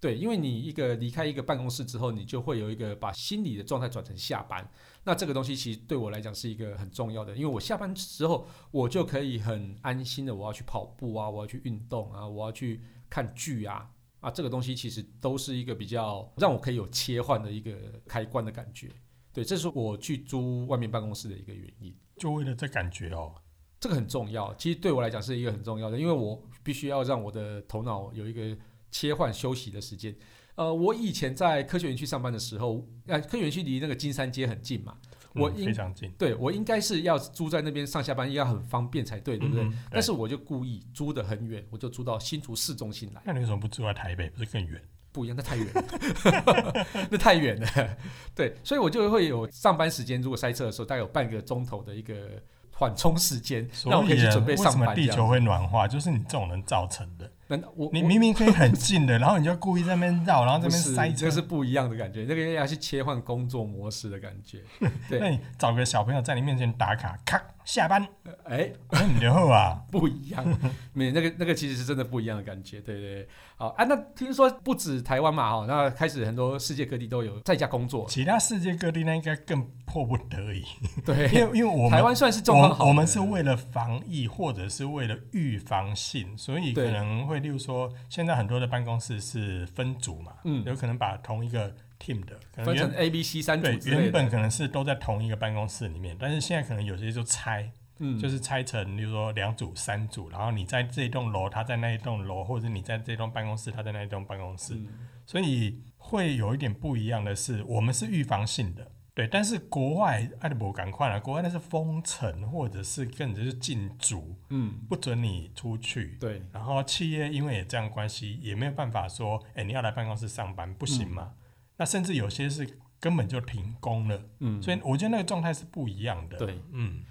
Speaker 1: 对，因为你一个离开一个办公室之后，你就会有一个把心理的状态转成下班。那这个东西其实对我来讲是一个很重要的，因为我下班之后，我就可以很安心的，我要去跑步啊，我要去运动啊，我要去看剧啊，啊，这个东西其实都是一个比较让我可以有切换的一个开关的感觉。对，这是我去租外面办公室的一个原因。
Speaker 2: 就为了这感觉哦？
Speaker 1: 这个很重要，其实对我来讲是一个很重要的，因为我必须要让我的头脑有一个切换休息的时间。呃，我以前在科学园区上班的时候，呃，科学园区离那个金山街很近嘛，我
Speaker 2: 嗯
Speaker 1: 应
Speaker 2: 非常近，
Speaker 1: 对我应该是要租在那边上下班，应该很方便才对，对不对？
Speaker 2: 嗯嗯
Speaker 1: 但是我就故意租的很远，我就租到新竹市中心来，
Speaker 2: 那你为什么不住在台北？不是更远？
Speaker 1: 不一样，那太远了， 那太远了。 对，所以我就会有上班时间，如果塞车的时候，大概有半个钟头的一个缓冲时间，
Speaker 2: 所
Speaker 1: 那我可以
Speaker 2: 以
Speaker 1: 去
Speaker 2: 啊
Speaker 1: 准备
Speaker 2: 为
Speaker 1: 上
Speaker 2: 什么
Speaker 1: 班这
Speaker 2: 地
Speaker 1: 样
Speaker 2: 球会暖化？就是你这种人造成的。
Speaker 1: 难道我
Speaker 2: 你
Speaker 1: 我
Speaker 2: 明明可以很近的，然后你就故意在那边绕，然后这
Speaker 1: 不
Speaker 2: 边
Speaker 1: 是，
Speaker 2: 塞
Speaker 1: 这
Speaker 2: 车
Speaker 1: 个。是不一样的感觉，那个要去切换工作模式的感觉。 对
Speaker 2: 那你找个小朋友在你面前打卡，咔下班，
Speaker 1: 呃哎、
Speaker 2: 那你就后啊。
Speaker 1: 不一样， 没那个那个其实是真的不一样的感觉。对对对，好啊，那听说不止台湾嘛，哈，那开始很多世界各地都有在家工 作。
Speaker 2: 其他世界各地那应该更迫不 得已，因
Speaker 1: 对，
Speaker 2: 为因为我
Speaker 1: 台
Speaker 2: 们
Speaker 1: 湾算是状况好的
Speaker 2: 我我们是为了防疫或者是为了预防性，所以可
Speaker 1: 对
Speaker 2: 能会例如说，现在很多的办公室是分组嘛，
Speaker 1: 嗯
Speaker 2: 有可能把同一个 team 的，可能
Speaker 1: 分成
Speaker 2: 原
Speaker 1: A、B、C 三组
Speaker 2: 对
Speaker 1: 之类
Speaker 2: 原
Speaker 1: 的，
Speaker 2: 本可能是都在同一个办公室里面，但是现在可能有些就拆，
Speaker 1: 嗯，
Speaker 2: 就是拆成，例如说两组、三组，然后你在这一栋楼，他在那一栋楼，或者你在这栋办公室，他在那一栋办公室，
Speaker 1: 嗯
Speaker 2: 所以会有一点不一样的是，我们是预防性的，对，但是国外爱德伯赶快了，国外那是封城或者是更就是禁足，
Speaker 1: 嗯，
Speaker 2: 不准你出去。
Speaker 1: 对，
Speaker 2: 然后企业因为也这样关系，也没有办法说，哎、你要来办公室上班不
Speaker 1: 嗯
Speaker 2: 行吗？那甚至有些是根本就停工了，
Speaker 1: 嗯，
Speaker 2: 所以我觉得那个状态是不一样的。
Speaker 1: 对，
Speaker 2: 嗯，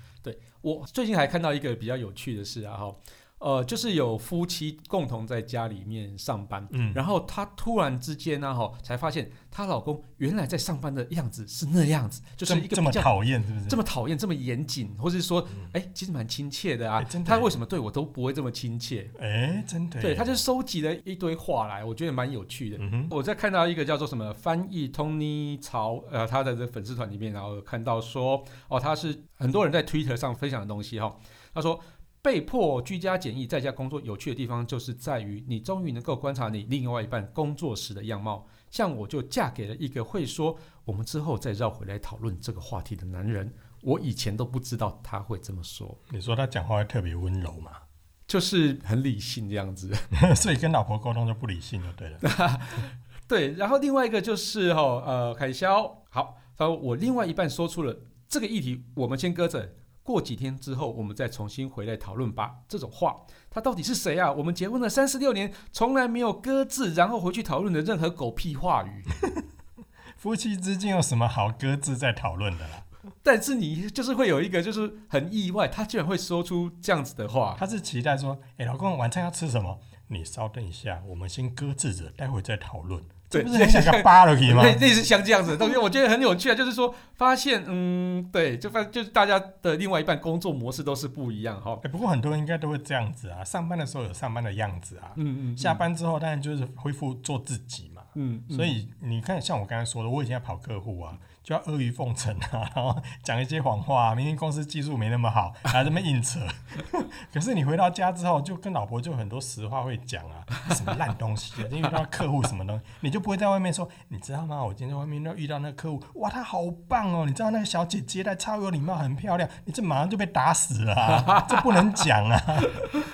Speaker 1: 我最近还看到一个比较有趣的事啊，哈，呃，就是有夫妻共同在家里面上班，
Speaker 2: 嗯
Speaker 1: 然后她突然之间呢，哈，才发现她老公原来在上班的样子是那样子，就是一个
Speaker 2: 这
Speaker 1: 比
Speaker 2: 么
Speaker 1: 较
Speaker 2: 讨厌是不是？
Speaker 1: 这么讨厌、这么严谨，或是说，哎、其实蛮亲切的啊
Speaker 2: 哎真。的
Speaker 1: 他
Speaker 2: 耶
Speaker 1: 为什么对我都不会这么亲切？
Speaker 2: 哎、真的耶，
Speaker 1: 对，他就收集了一堆话来，我觉得蛮有趣的。
Speaker 2: 嗯哼，
Speaker 1: 我在看到一个叫做什么翻译 Tony 曹，呃，他的这粉丝团里面，然后有看到说，哦，他是很多人在 Twitter 上分享的东西哈、他说，被迫居家检疫在家工作，有趣的地方就是在于你终于能够观察你另外一半工作时的样貌。像我就嫁给了一个会说我们之后再绕回来讨论这个话题的男人，我以前都不知道他会这么说，
Speaker 2: 你说他讲话会特别温柔嘛？
Speaker 1: 就是很理性这样子。
Speaker 2: 所以跟老婆沟通就不理性就对 了。
Speaker 1: 对，然后另外一个就是哈、哦，呃，凯肖，好，然后我另外一半说出了这个议题，我们先搁着，过几天之后我们再重新回来讨论吧。这种话，他到底是谁啊？我们结婚了三十六年，从来没有搁置然后回去讨论的任何狗屁话语。
Speaker 2: 夫妻之间有什么好各自在讨论的啦？
Speaker 1: 但是你就是会有一个就是很意外，他居然会说出这样子的话。
Speaker 2: 他是期待说，哎、老公晚餐要吃什么？你稍等一下，我们先搁置着，待会再讨论。
Speaker 1: 对
Speaker 2: 这不是很像个巴了 皮吗？
Speaker 1: 类类似像这样子的东西，我觉得很有趣啊。就是说，发现嗯，对，就发就是大家的另外一半工作模式都是不一样哈、
Speaker 2: 哎、不过很多人应该都会这样子啊，上班的时候有上班的样子啊，
Speaker 1: 嗯嗯，
Speaker 2: 下班之后当然就是恢复做自己嘛。
Speaker 1: 嗯，嗯
Speaker 2: 所以你看，像我刚才说的，我以前要跑客户啊，就要阿谀奉承啊，然后讲一些谎话、啊，明明公司技术没那么好，还这么硬扯。 可是你回到家之后，就跟老婆就很多实话会讲啊，什么烂东西啊，因为遇到客户什么东西，你就不会在外面说，你知道吗？我今天在外面遇到那个客户，哇，她好棒哦，你知道那个小姐接待超有礼貌，很漂亮，你这马上就被打死了啊、这不能讲啊。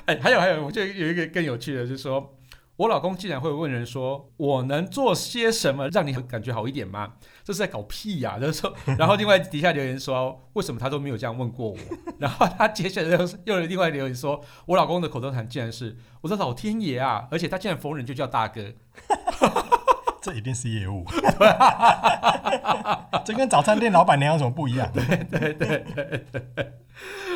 Speaker 1: 哎，还有还有，我觉得有一个更有趣的，就是说我老公竟然会问人说：“我能做些什么让你感觉好一点吗？”这是在搞屁呀、就是说，然后另外底下留言说：“为什么他都没有这样问过我？” 然后他接下来又是又有另外留言说：“我老公的口头禅竟然是‘我的老天爷啊’，而且他竟然逢人就叫大哥。
Speaker 2: 这一定是业务， 这跟早餐店老板娘有什么不一样？”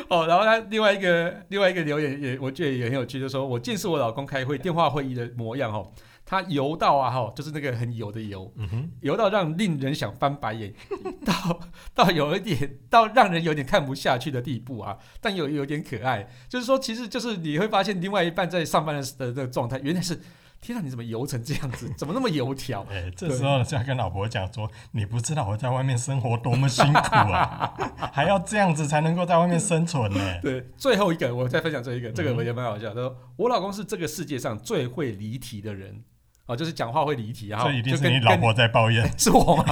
Speaker 1: 哦，然后他另外一个另外一个留言也我觉得也很有趣，就是说我见识我老公开会电话会议的模样哦，他油到啊哈、哦，就是那个很油的油。
Speaker 2: 嗯哼，
Speaker 1: 油到让令人想翻白眼， 到到有一点到让人有点看不下去的地步啊，但又有点可爱。就是说，其实就是你会发现，另外一半在上班的时的这个状态，原来是天啊，你怎么油成这样子？ 怎么那么油条？
Speaker 2: 哎、这时候就要跟老婆讲说，你不知道我在外面生活多么辛苦 啊，还要这样子才能够在外面生存呢、
Speaker 1: 对，最后一个我再分享这一
Speaker 2: 嗯
Speaker 1: 个，这个我觉得蛮好笑。他说，我老公是这个世界上最会离题的人啊，就是讲话会离题，然后
Speaker 2: 这一定
Speaker 1: 就是跟
Speaker 2: 你
Speaker 1: 跟
Speaker 2: 老婆在抱怨。
Speaker 1: 是我吗？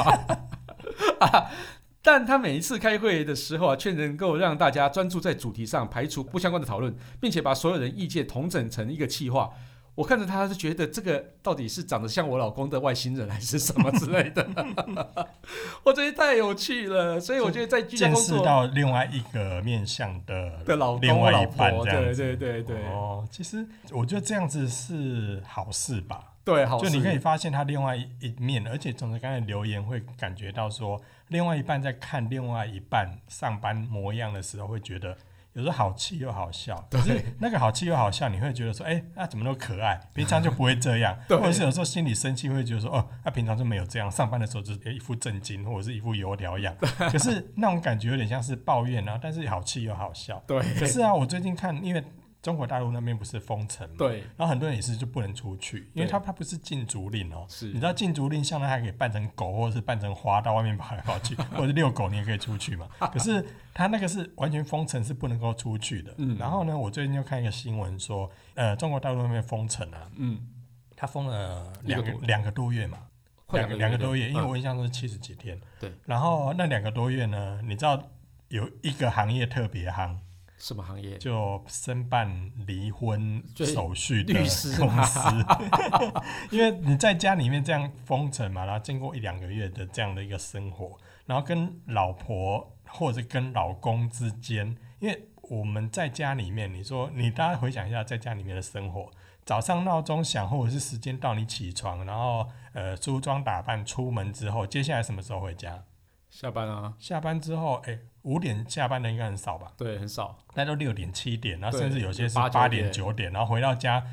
Speaker 1: 啊但他每一次开会的时候啊，却能够让大家专注在主题上，排除不相关的讨论，并且把所有人意见统整成一个气话。我看着他就觉得这个到底是长得像我老公的外星人还是什么之类 的，我觉得太有趣了。所以我觉得在居家
Speaker 2: 见
Speaker 1: 工
Speaker 2: 识
Speaker 1: 作
Speaker 2: 到另外一个面向的
Speaker 1: 的老公、
Speaker 2: 另
Speaker 1: 我
Speaker 2: 外
Speaker 1: 老
Speaker 2: 一半
Speaker 1: 婆，
Speaker 2: 这样
Speaker 1: 对
Speaker 2: 子，
Speaker 1: 对对对
Speaker 2: 哦，其实我觉得这样子是好事吧。
Speaker 1: 对，好
Speaker 2: 就
Speaker 1: 事，，
Speaker 2: 你可以发现他另外一一面，而且从刚才留言会感觉到说，另外一半在看另外一半上班模样的时候，会觉得有时候好气又好笑。可是那个好气又好笑，你会觉得说，哎、那怎么那么可爱？平常就不会这样
Speaker 1: 对
Speaker 2: 或者是有时候心里生气，会觉得说，哦，他、平常就没有这样，上班的时候就是一副震惊或者是一副油条样。可是那种感觉有点像是抱怨啊，但是好气又好笑。
Speaker 1: 对
Speaker 2: 可是啊，我最近看，因为中国大陆那边不是封城嘛，
Speaker 1: 对
Speaker 2: 然后很多人也是就不能出去，因为
Speaker 1: 对
Speaker 2: 他他不是禁足令哦。
Speaker 1: 是
Speaker 2: 你知道禁足令像那还可以扮成狗，或者是扮成花到外面跑来跑去，或者是遛狗你也可以出去嘛。可是他那个是完全封城，是不能够出去的。
Speaker 1: 嗯
Speaker 2: 然后呢，我最近就看一个新闻说，呃，中国大陆那边封城啊，
Speaker 1: 嗯，
Speaker 2: 他封了
Speaker 1: 一个
Speaker 2: 两个
Speaker 1: 多
Speaker 2: 两个多月嘛，
Speaker 1: 快
Speaker 2: 两个两个多月，因为
Speaker 1: 嗯
Speaker 2: 我印象中是七十几天。
Speaker 1: 对。
Speaker 2: 然后那两个多月呢，你知道有一个行业特别夯，
Speaker 1: 什么行业？
Speaker 2: 就申办离婚
Speaker 1: 最
Speaker 2: 手续的
Speaker 1: 律师啊
Speaker 2: 公司， 因为你在家里面这样封城嘛，然后经过一两个月的这样的一个生活，然后跟老婆或者跟老公之间，因为我们在家里面，你说你大家回想一下在家里面的生活，早上闹钟响或者是时间到你起床，然后呃梳妆打扮出门之后，接下来什么时候回家？
Speaker 1: 下班啊？
Speaker 2: 下班之后，哎、五点下班的应该很少吧？
Speaker 1: 对，很少。
Speaker 2: 那都六点七点，然后
Speaker 1: 对
Speaker 2: 甚至有些是
Speaker 1: 八
Speaker 2: 八
Speaker 1: 九点
Speaker 2: 点九点，然后回到家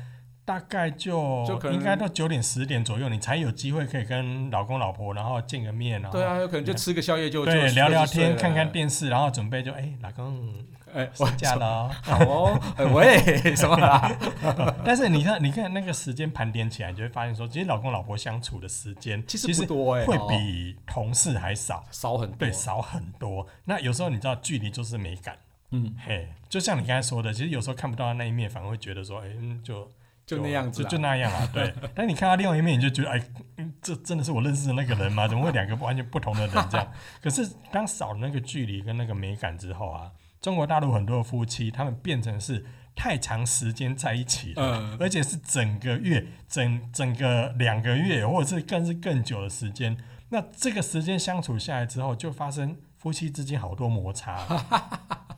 Speaker 2: 大概就
Speaker 1: 就可能
Speaker 2: 应该到九点十点左右，你才有机会可以跟老公老婆然后见个面，然后
Speaker 1: 对啊，有可能就吃个宵夜就
Speaker 2: 哦对
Speaker 1: 就
Speaker 2: 聊聊
Speaker 1: 就睡
Speaker 2: 天，
Speaker 1: 了
Speaker 2: 看看电视，然后准备就哎老公
Speaker 1: 哎，我
Speaker 2: 放假了哦。
Speaker 1: 好哦，哎喂， 什么啦？
Speaker 2: 但是你看你看那个时间盘点起来，你就会发现说，其实老公老婆相处的时间
Speaker 1: 其
Speaker 2: 其
Speaker 1: 实不多哎
Speaker 2: 会
Speaker 1: 哦
Speaker 2: 比同事还少。
Speaker 1: 少很多，
Speaker 2: 对，少很多。那有时候你知道，距离就是美感。
Speaker 1: 嗯，
Speaker 2: 嘿，就像你刚才说的，其实有时候看不到他那一面，反而会觉得说，哎、嗯就
Speaker 1: 就那样子
Speaker 2: 就
Speaker 1: 啦
Speaker 2: 就那样 啊。对，但你看到另外一面，你就觉得，哎，嗯这真的是我认识的那个人吗？怎么会两个完全不同的人 这样？可是当少了那个距离跟那个美感之后啊，中国大陆很多的夫妻，他们变成是太长时间在一起了。
Speaker 1: 嗯，
Speaker 2: 而且是整个月、整整个两个月，或者是更是更久的时间。那这个时间相处下来之后，就发生夫妻之间好多 摩擦。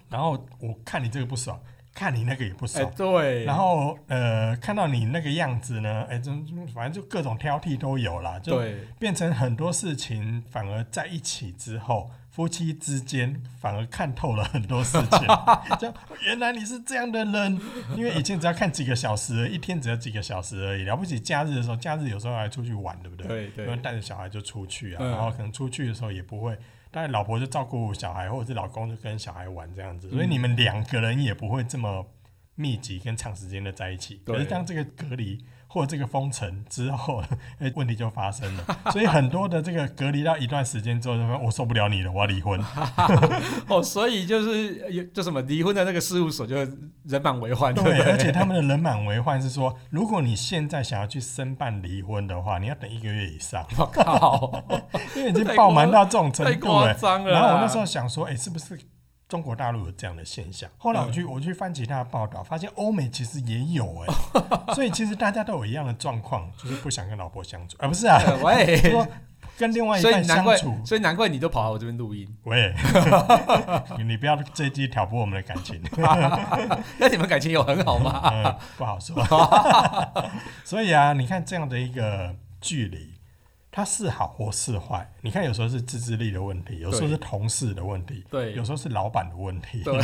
Speaker 2: 然后我看你这个不爽，看你那个也不
Speaker 1: 哎、
Speaker 2: 爽。
Speaker 1: 对，
Speaker 2: 然后呃，看到你那个样子呢，哎，这反正就各种挑剔都有啦，就
Speaker 1: 对，
Speaker 2: 变成很多事情反而在一起之后，夫妻之间反而看透了很多事情。就原来你是这样的人，因为以前只要看几个小时而已，一天只有几个小时而已，了不起假日的时候，假日有时候还出去玩，对不对？
Speaker 1: 对
Speaker 2: 因为
Speaker 1: 对，
Speaker 2: 带着小孩就出去啊，
Speaker 1: 嗯
Speaker 2: 然后可能出去的时候也不会，当然老婆就照顾小孩，或者是老公就跟小孩玩这样子，所以
Speaker 1: 嗯
Speaker 2: 你们两个人也不会这么密集跟长时间的在一起。
Speaker 1: 对
Speaker 2: 可是当这个隔离或者这个封城之后， 哎问题就发生 了。所以很多的这个隔离到一段时间之后，就说我受不了你了，我要离婚。
Speaker 1: 哦，所以就是有就什么离婚的那个事务所就人满为 患，对不
Speaker 2: 对，
Speaker 1: 对？
Speaker 2: 而且他们的人满为患是说，如果你现在想要去申办离婚的话，你要等一个月 以上，
Speaker 1: 我靠，
Speaker 2: 因为已经爆满到这种 程
Speaker 1: 太
Speaker 2: 度
Speaker 1: 夸。
Speaker 2: 了
Speaker 1: 张了啦。
Speaker 2: 然后我那时候想说，哎、是不是中国大陆有这样的现象？后来我
Speaker 1: 嗯
Speaker 2: 去我去翻其他的报道，发现欧美其实也有哎、 所以其实大家都有一样的状况，就是不想跟老婆相处，而、不是啊，
Speaker 1: 呃 喂，
Speaker 2: 就是说跟另外一
Speaker 1: 所
Speaker 2: 半
Speaker 1: 以难
Speaker 2: 相
Speaker 1: 怪
Speaker 2: 处，。
Speaker 1: 所以难怪你都跑来我这边录音，
Speaker 2: 喂， 你不要这一集挑拨我们的感情，
Speaker 1: 那你们感情有很好吗？
Speaker 2: 呃不好 说。所以啊，你看这样的一个距离。它是好或是坏，你看有时候是自制力的问题，有时
Speaker 1: 对
Speaker 2: 候是同事的问题，
Speaker 1: 对
Speaker 2: 有，时候是老板的问题，
Speaker 1: 对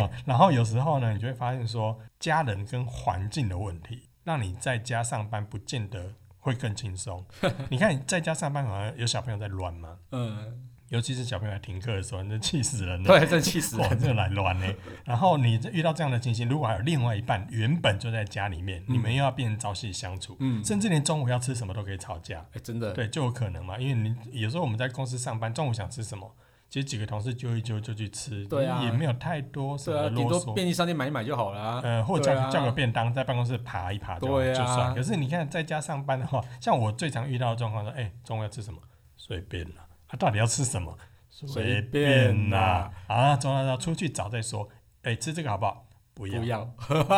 Speaker 2: 哦然后有时候呢，你就会发现说家人跟环境的问题，让你在家上班不见得会更 轻松。你看你在家上班，好像有小朋友在乱吗？
Speaker 1: 嗯，
Speaker 2: 尤其是小朋友在停课的时候，你就气死人 了。
Speaker 1: 对，真气死
Speaker 2: 哇，
Speaker 1: 人。
Speaker 2: 这来乱呢！然后你遇到这样的情形，如果还有另外一半原本就在家里面，你们又要变成朝夕相处，
Speaker 1: 嗯，
Speaker 2: 甚至连中午要吃什么都可以吵架。
Speaker 1: 哎，真的，
Speaker 2: 对，就有可能嘛，因为你有时候我们在公司上班，中午想吃什么，其实几个同事揪一揪就去吃，
Speaker 1: 对啊
Speaker 2: 也没有太多什
Speaker 1: 对啊
Speaker 2: 么，
Speaker 1: 顶
Speaker 2: 啰
Speaker 1: 多
Speaker 2: 嗦，
Speaker 1: 便利商店买一买就好了。
Speaker 2: 呃，或者叫、
Speaker 1: 对啊
Speaker 2: 叫个便当，在办公室爬一爬就
Speaker 1: 对啊
Speaker 2: 就算。可是你看在家上班的话， 像我最常遇到的状况说，哎、中午要吃什么？随便啦、啊，到底要吃什么？
Speaker 1: 随便
Speaker 2: 便
Speaker 1: 啦
Speaker 2: 啦、啊，啊，中午要出去找再说。哎、吃这个好不好？不要，
Speaker 1: 不要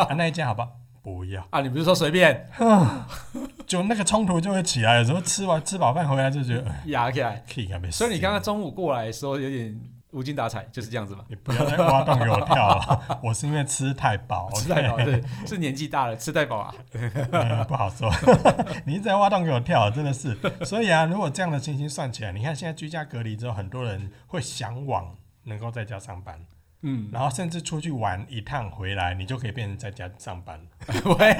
Speaker 2: 啊，那一家好不好？不要，
Speaker 1: 啊！你不是说随便
Speaker 2: 就那个冲突就会起来。有时候吃完吃饱饭回来就觉得，哎、
Speaker 1: 压起来？
Speaker 2: 可以干没事。
Speaker 1: 所以你刚刚中午过来的时候有点无精打采，就是这样子嘛。
Speaker 2: 你不要再挖洞给我跳了， 我是因为吃太饱，
Speaker 1: 吃太饱
Speaker 2: OK？
Speaker 1: 对，是年纪大了吃太饱啊。
Speaker 2: 呃 不好说。你一直在挖洞给我跳，真的是。所以啊，如果这样的情形算起来，你看现在居家隔离之后，很多人会向往能够在家上班，
Speaker 1: 嗯，
Speaker 2: 然后甚至出去玩一趟回来，你就可以变成在家上班，
Speaker 1: 喂，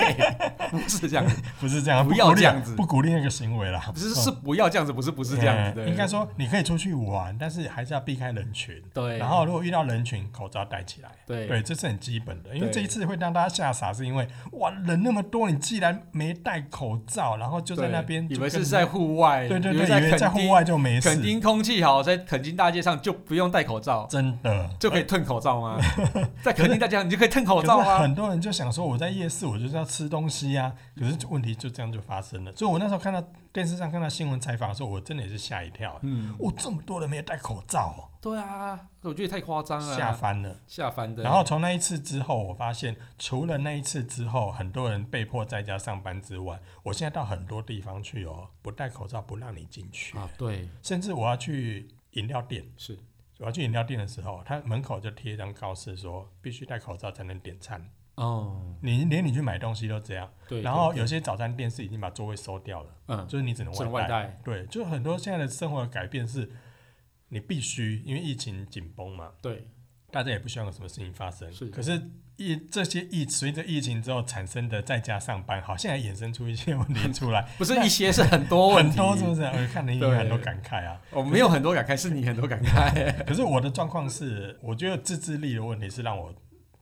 Speaker 1: 不是这样子，
Speaker 2: 不是这样，
Speaker 1: 不要
Speaker 2: 鼓励啊
Speaker 1: 这样子
Speaker 2: 不鼓励那个行为啦。
Speaker 1: 只是是不要这样子，不是不是这样子的。
Speaker 2: 哦嗯应该说你可以出去玩，但是还是要避开人群。
Speaker 1: 对，
Speaker 2: 然后如果遇到人群，口罩戴起来。
Speaker 1: 对
Speaker 2: 对，这是很基本的，因为
Speaker 1: 对
Speaker 2: 这一次会让大家吓傻，是因为哇人那么多，你既然没戴口罩，然后就在那边
Speaker 1: 对以
Speaker 2: 就
Speaker 1: 为是
Speaker 2: 跟
Speaker 1: 在户外，
Speaker 2: 对对
Speaker 1: 以
Speaker 2: 对，
Speaker 1: 为
Speaker 2: 以为在
Speaker 1: 垦
Speaker 2: 户
Speaker 1: 丁，
Speaker 2: 外就没
Speaker 1: 垦
Speaker 2: 事，
Speaker 1: 丁空气好，在垦丁大街上就不用戴口罩，
Speaker 2: 真的
Speaker 1: 就可以吞口罩 吗？在垦丁大街上你就可以吞口
Speaker 2: 哎可
Speaker 1: 罩
Speaker 2: 是
Speaker 1: 啊？
Speaker 2: 很多人就想说，我在夜市我就是要吃东西啊，可是问题就这样就发生了。所以我那时候看到电视上看到新闻采访的时候，我真的也是吓一跳，
Speaker 1: 嗯，
Speaker 2: 哇，这么多人没有戴口罩
Speaker 1: 对啊，我觉得太夸张
Speaker 2: 哦，
Speaker 1: 了，
Speaker 2: 吓翻了。
Speaker 1: 下翻的。
Speaker 2: 然后从那一次之后，我发现除了那一次之后，很多人被迫在家上班之外，我现在到很多地方去哦，不戴口罩不让你进去，
Speaker 1: 啊，对，
Speaker 2: 甚至我要去饮料店，
Speaker 1: 是
Speaker 2: 我要去饮料店的时候，他门口就贴一张告示说必须戴口罩才能点餐。
Speaker 1: 哦，
Speaker 2: 你连你去买东西都这样，
Speaker 1: 对。
Speaker 2: 然后
Speaker 1: 对
Speaker 2: 有些早餐店是已经把座位收掉了，
Speaker 1: 嗯，
Speaker 2: 就是你只能
Speaker 1: 只能
Speaker 2: 外
Speaker 1: 外
Speaker 2: 带。
Speaker 1: 带，
Speaker 2: 对，就很多现在的生活的改变是，你必须因为疫情紧绷嘛，
Speaker 1: 对，
Speaker 2: 大家也不希望有什么事情发生。
Speaker 1: 是
Speaker 2: 可是疫这些疫随着疫情之后产生的在家上班，好像也衍生出一些问题出来，
Speaker 1: 不是一些是很 多问
Speaker 2: 很
Speaker 1: 题，
Speaker 2: 多是不是？我看了一
Speaker 1: 对
Speaker 2: 定很多感慨 啊。
Speaker 1: 我没有很多感慨，是你很多感 慨。
Speaker 2: 可是我的状况是，我觉得自制力的问题是让我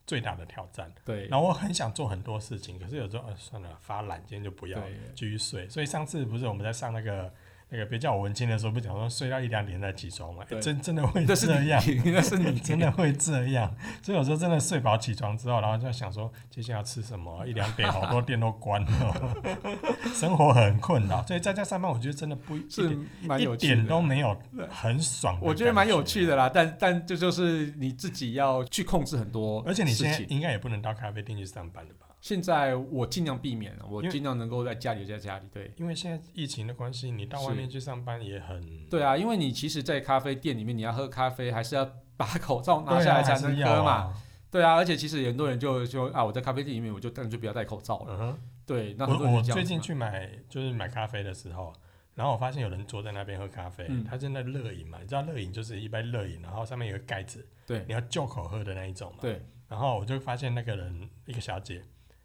Speaker 2: 最大的挑战。
Speaker 1: 对，
Speaker 2: 然后我很想做很多事情，可是有时候、呃、算了，发懒，今天就不要了
Speaker 1: 对
Speaker 2: 继续睡。所以上次不是我们在上那个那个别叫我文青的时候，不讲说睡到一两点再起床嘛，哎
Speaker 1: 对
Speaker 2: 真真的会
Speaker 1: 那是
Speaker 2: 这样，
Speaker 1: 你， 那是你
Speaker 2: 真的会这样。所以有时候真的睡饱起床之后，然后就在想说接下来要吃什么，啊一两点好多店都关了， 生活很困扰。所以在家上班，我觉得真的不一
Speaker 1: 是
Speaker 2: 点
Speaker 1: 蛮有
Speaker 2: 一
Speaker 1: 趣
Speaker 2: 点
Speaker 1: 的啊
Speaker 2: 都。没有很爽的
Speaker 1: 我觉得蛮有
Speaker 2: 感
Speaker 1: 趣的啦，但但这就是你自己要去控制很多
Speaker 2: 而且你
Speaker 1: 事
Speaker 2: 现在
Speaker 1: 情。
Speaker 2: 应该也不能到咖啡店去上班了吧？
Speaker 1: 现在我尽量避免，我
Speaker 2: 因为
Speaker 1: 尽量能够在家里就在家里。对
Speaker 2: 因为现在疫情的关系，你到外面去上班也很
Speaker 1: 对啊，因为你其实，在咖啡店里面，你要喝咖啡，还是要把口罩
Speaker 2: 对啊
Speaker 1: 拿下来才
Speaker 2: 还
Speaker 1: 能
Speaker 2: 是
Speaker 1: 喝
Speaker 2: 要
Speaker 1: 嘛。
Speaker 2: 啊。
Speaker 1: 对啊，而且其实很多人就就啊，我在咖啡店里面，我就当然就不要戴口罩了。
Speaker 2: 嗯哼，
Speaker 1: 对，那很多
Speaker 2: 我
Speaker 1: 人
Speaker 2: 我
Speaker 1: 就这样
Speaker 2: 最
Speaker 1: 子
Speaker 2: 近
Speaker 1: 嘛
Speaker 2: 去买就是买咖啡的时候，然后我发现有人坐在那边喝咖啡，
Speaker 1: 嗯
Speaker 2: 他正在热饮嘛，你知道热饮就是一杯热饮，然后上面有个盖子，
Speaker 1: 对
Speaker 2: 你要就口喝的那一种嘛。
Speaker 1: 对
Speaker 2: 然后我就发现那个人一个小姐，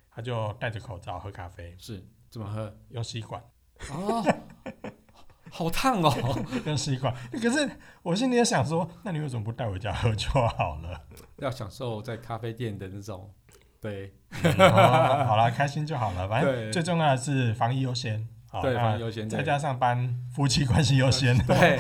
Speaker 2: 她就戴着口罩喝咖啡，
Speaker 1: 是怎么喝？
Speaker 2: 用吸管，
Speaker 1: 哦，好烫哦！
Speaker 2: 用吸管。可是我心里也想说，那你为什么不带回家喝就好了？
Speaker 1: 要享受在咖啡店的那种，对
Speaker 2: 哦好了，开心就好了。反
Speaker 1: 对
Speaker 2: 正最重要的是防疫优先。好
Speaker 1: 对，
Speaker 2: 哦那
Speaker 1: 防疫优先，
Speaker 2: 再
Speaker 1: 对
Speaker 2: 加上班，夫妻关系优先。
Speaker 1: 对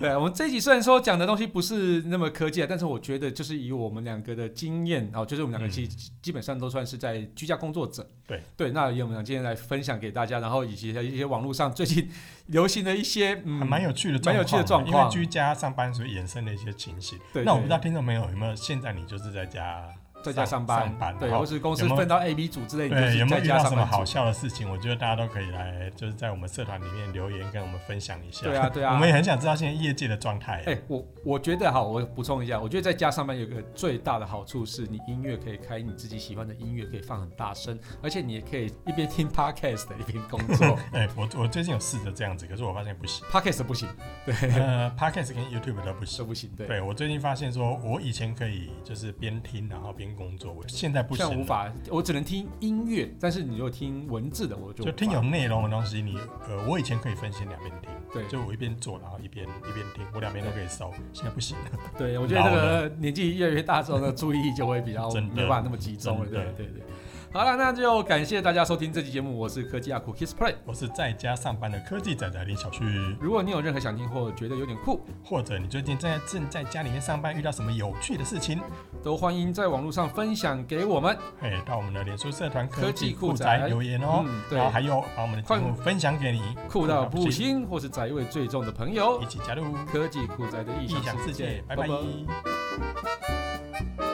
Speaker 1: 对，我们这一集虽然说讲的东西不是那么科技，啊，但是我觉得就是以我们两个的经验哦，就是我们两个
Speaker 2: 嗯
Speaker 1: 其实基本上都算是在居家工作者。
Speaker 2: 对
Speaker 1: 对，那以我们俩今天来分享给大家，然后以及一些网络上最近流行的一些嗯
Speaker 2: 还蛮有趣的状况，
Speaker 1: 蛮有趣的状况
Speaker 2: 因为居家上班所以衍生的一些情形。
Speaker 1: 对
Speaker 2: 那我
Speaker 1: 对
Speaker 2: 不知道听众朋友有没有，现在你就是在家，
Speaker 1: 在家上
Speaker 2: 上上班
Speaker 1: 对，
Speaker 2: 好
Speaker 1: 或是公司
Speaker 2: 有没有
Speaker 1: 分到 A、B 组之类，你就
Speaker 2: 对，有
Speaker 1: 是
Speaker 2: 没
Speaker 1: 在
Speaker 2: 有遇
Speaker 1: 家
Speaker 2: 到什
Speaker 1: 上
Speaker 2: 么
Speaker 1: 班
Speaker 2: 好
Speaker 1: 族
Speaker 2: 笑的事情？我觉得大家都可以来，就是在我们社团里面留言跟我们分享一下。
Speaker 1: 对啊对啊
Speaker 2: 我们也很想知道现在业界的状态。
Speaker 1: 哎、我我觉得哈，我补充一下，我觉得在家上班有个最大的好处是，你音乐可以开你自己喜欢的音乐，可以放很大声，而且你也可以一边听 podcast 一边工 作
Speaker 2: 哎，我我最近有试着这样子，可是我发现 不行。
Speaker 1: ，podcast 不行，
Speaker 2: 呃，Podcast 跟 YouTube 都不行
Speaker 1: 这。不行，对，
Speaker 2: 对我最近发现说，我以前可以就是边听然后边工作，我现在不
Speaker 1: 像
Speaker 2: 行
Speaker 1: 无
Speaker 2: 了。
Speaker 1: 法，我只能听音乐，但是你如果听文字的，我就
Speaker 2: 就听
Speaker 1: 无
Speaker 2: 有
Speaker 1: 法
Speaker 2: 内容的东西你，呃，我以前可以分心两边听，
Speaker 1: 对
Speaker 2: 就我一边做，然后一边一边听，我两边都可以收。现在不行 了，
Speaker 1: 对，我觉得这个年纪越来越大之后呢，注意力就会比较
Speaker 2: 真的
Speaker 1: 没办法那么集中了，
Speaker 2: 真的
Speaker 1: 对对对。好了，那就感谢大家收听这期节目，我是科技阿酷 Kiss Play。
Speaker 2: 我是在家上班的科技仔仔林小旭，
Speaker 1: 如果你有任何想听或觉得有点酷，
Speaker 2: 或者你最近正在正在家里面上班，遇到什么有趣的事情，
Speaker 1: 都欢迎在网络上分享给我们。
Speaker 2: 哎，到我们的脸书社团
Speaker 1: 科
Speaker 2: 科
Speaker 1: 技
Speaker 2: 技
Speaker 1: 酷
Speaker 2: 酷
Speaker 1: 宅
Speaker 2: 宅留言哦。
Speaker 1: 嗯，对
Speaker 2: 然后，还有把我们的节目分享给你
Speaker 1: 酷到不
Speaker 2: 行，
Speaker 1: 行，或是宅味最重的朋友
Speaker 2: 一，起加入
Speaker 1: 科技酷宅的异
Speaker 2: 异想
Speaker 1: 想
Speaker 2: 世
Speaker 1: 世
Speaker 2: 界
Speaker 1: 界，，
Speaker 2: 拜拜
Speaker 1: 拜拜。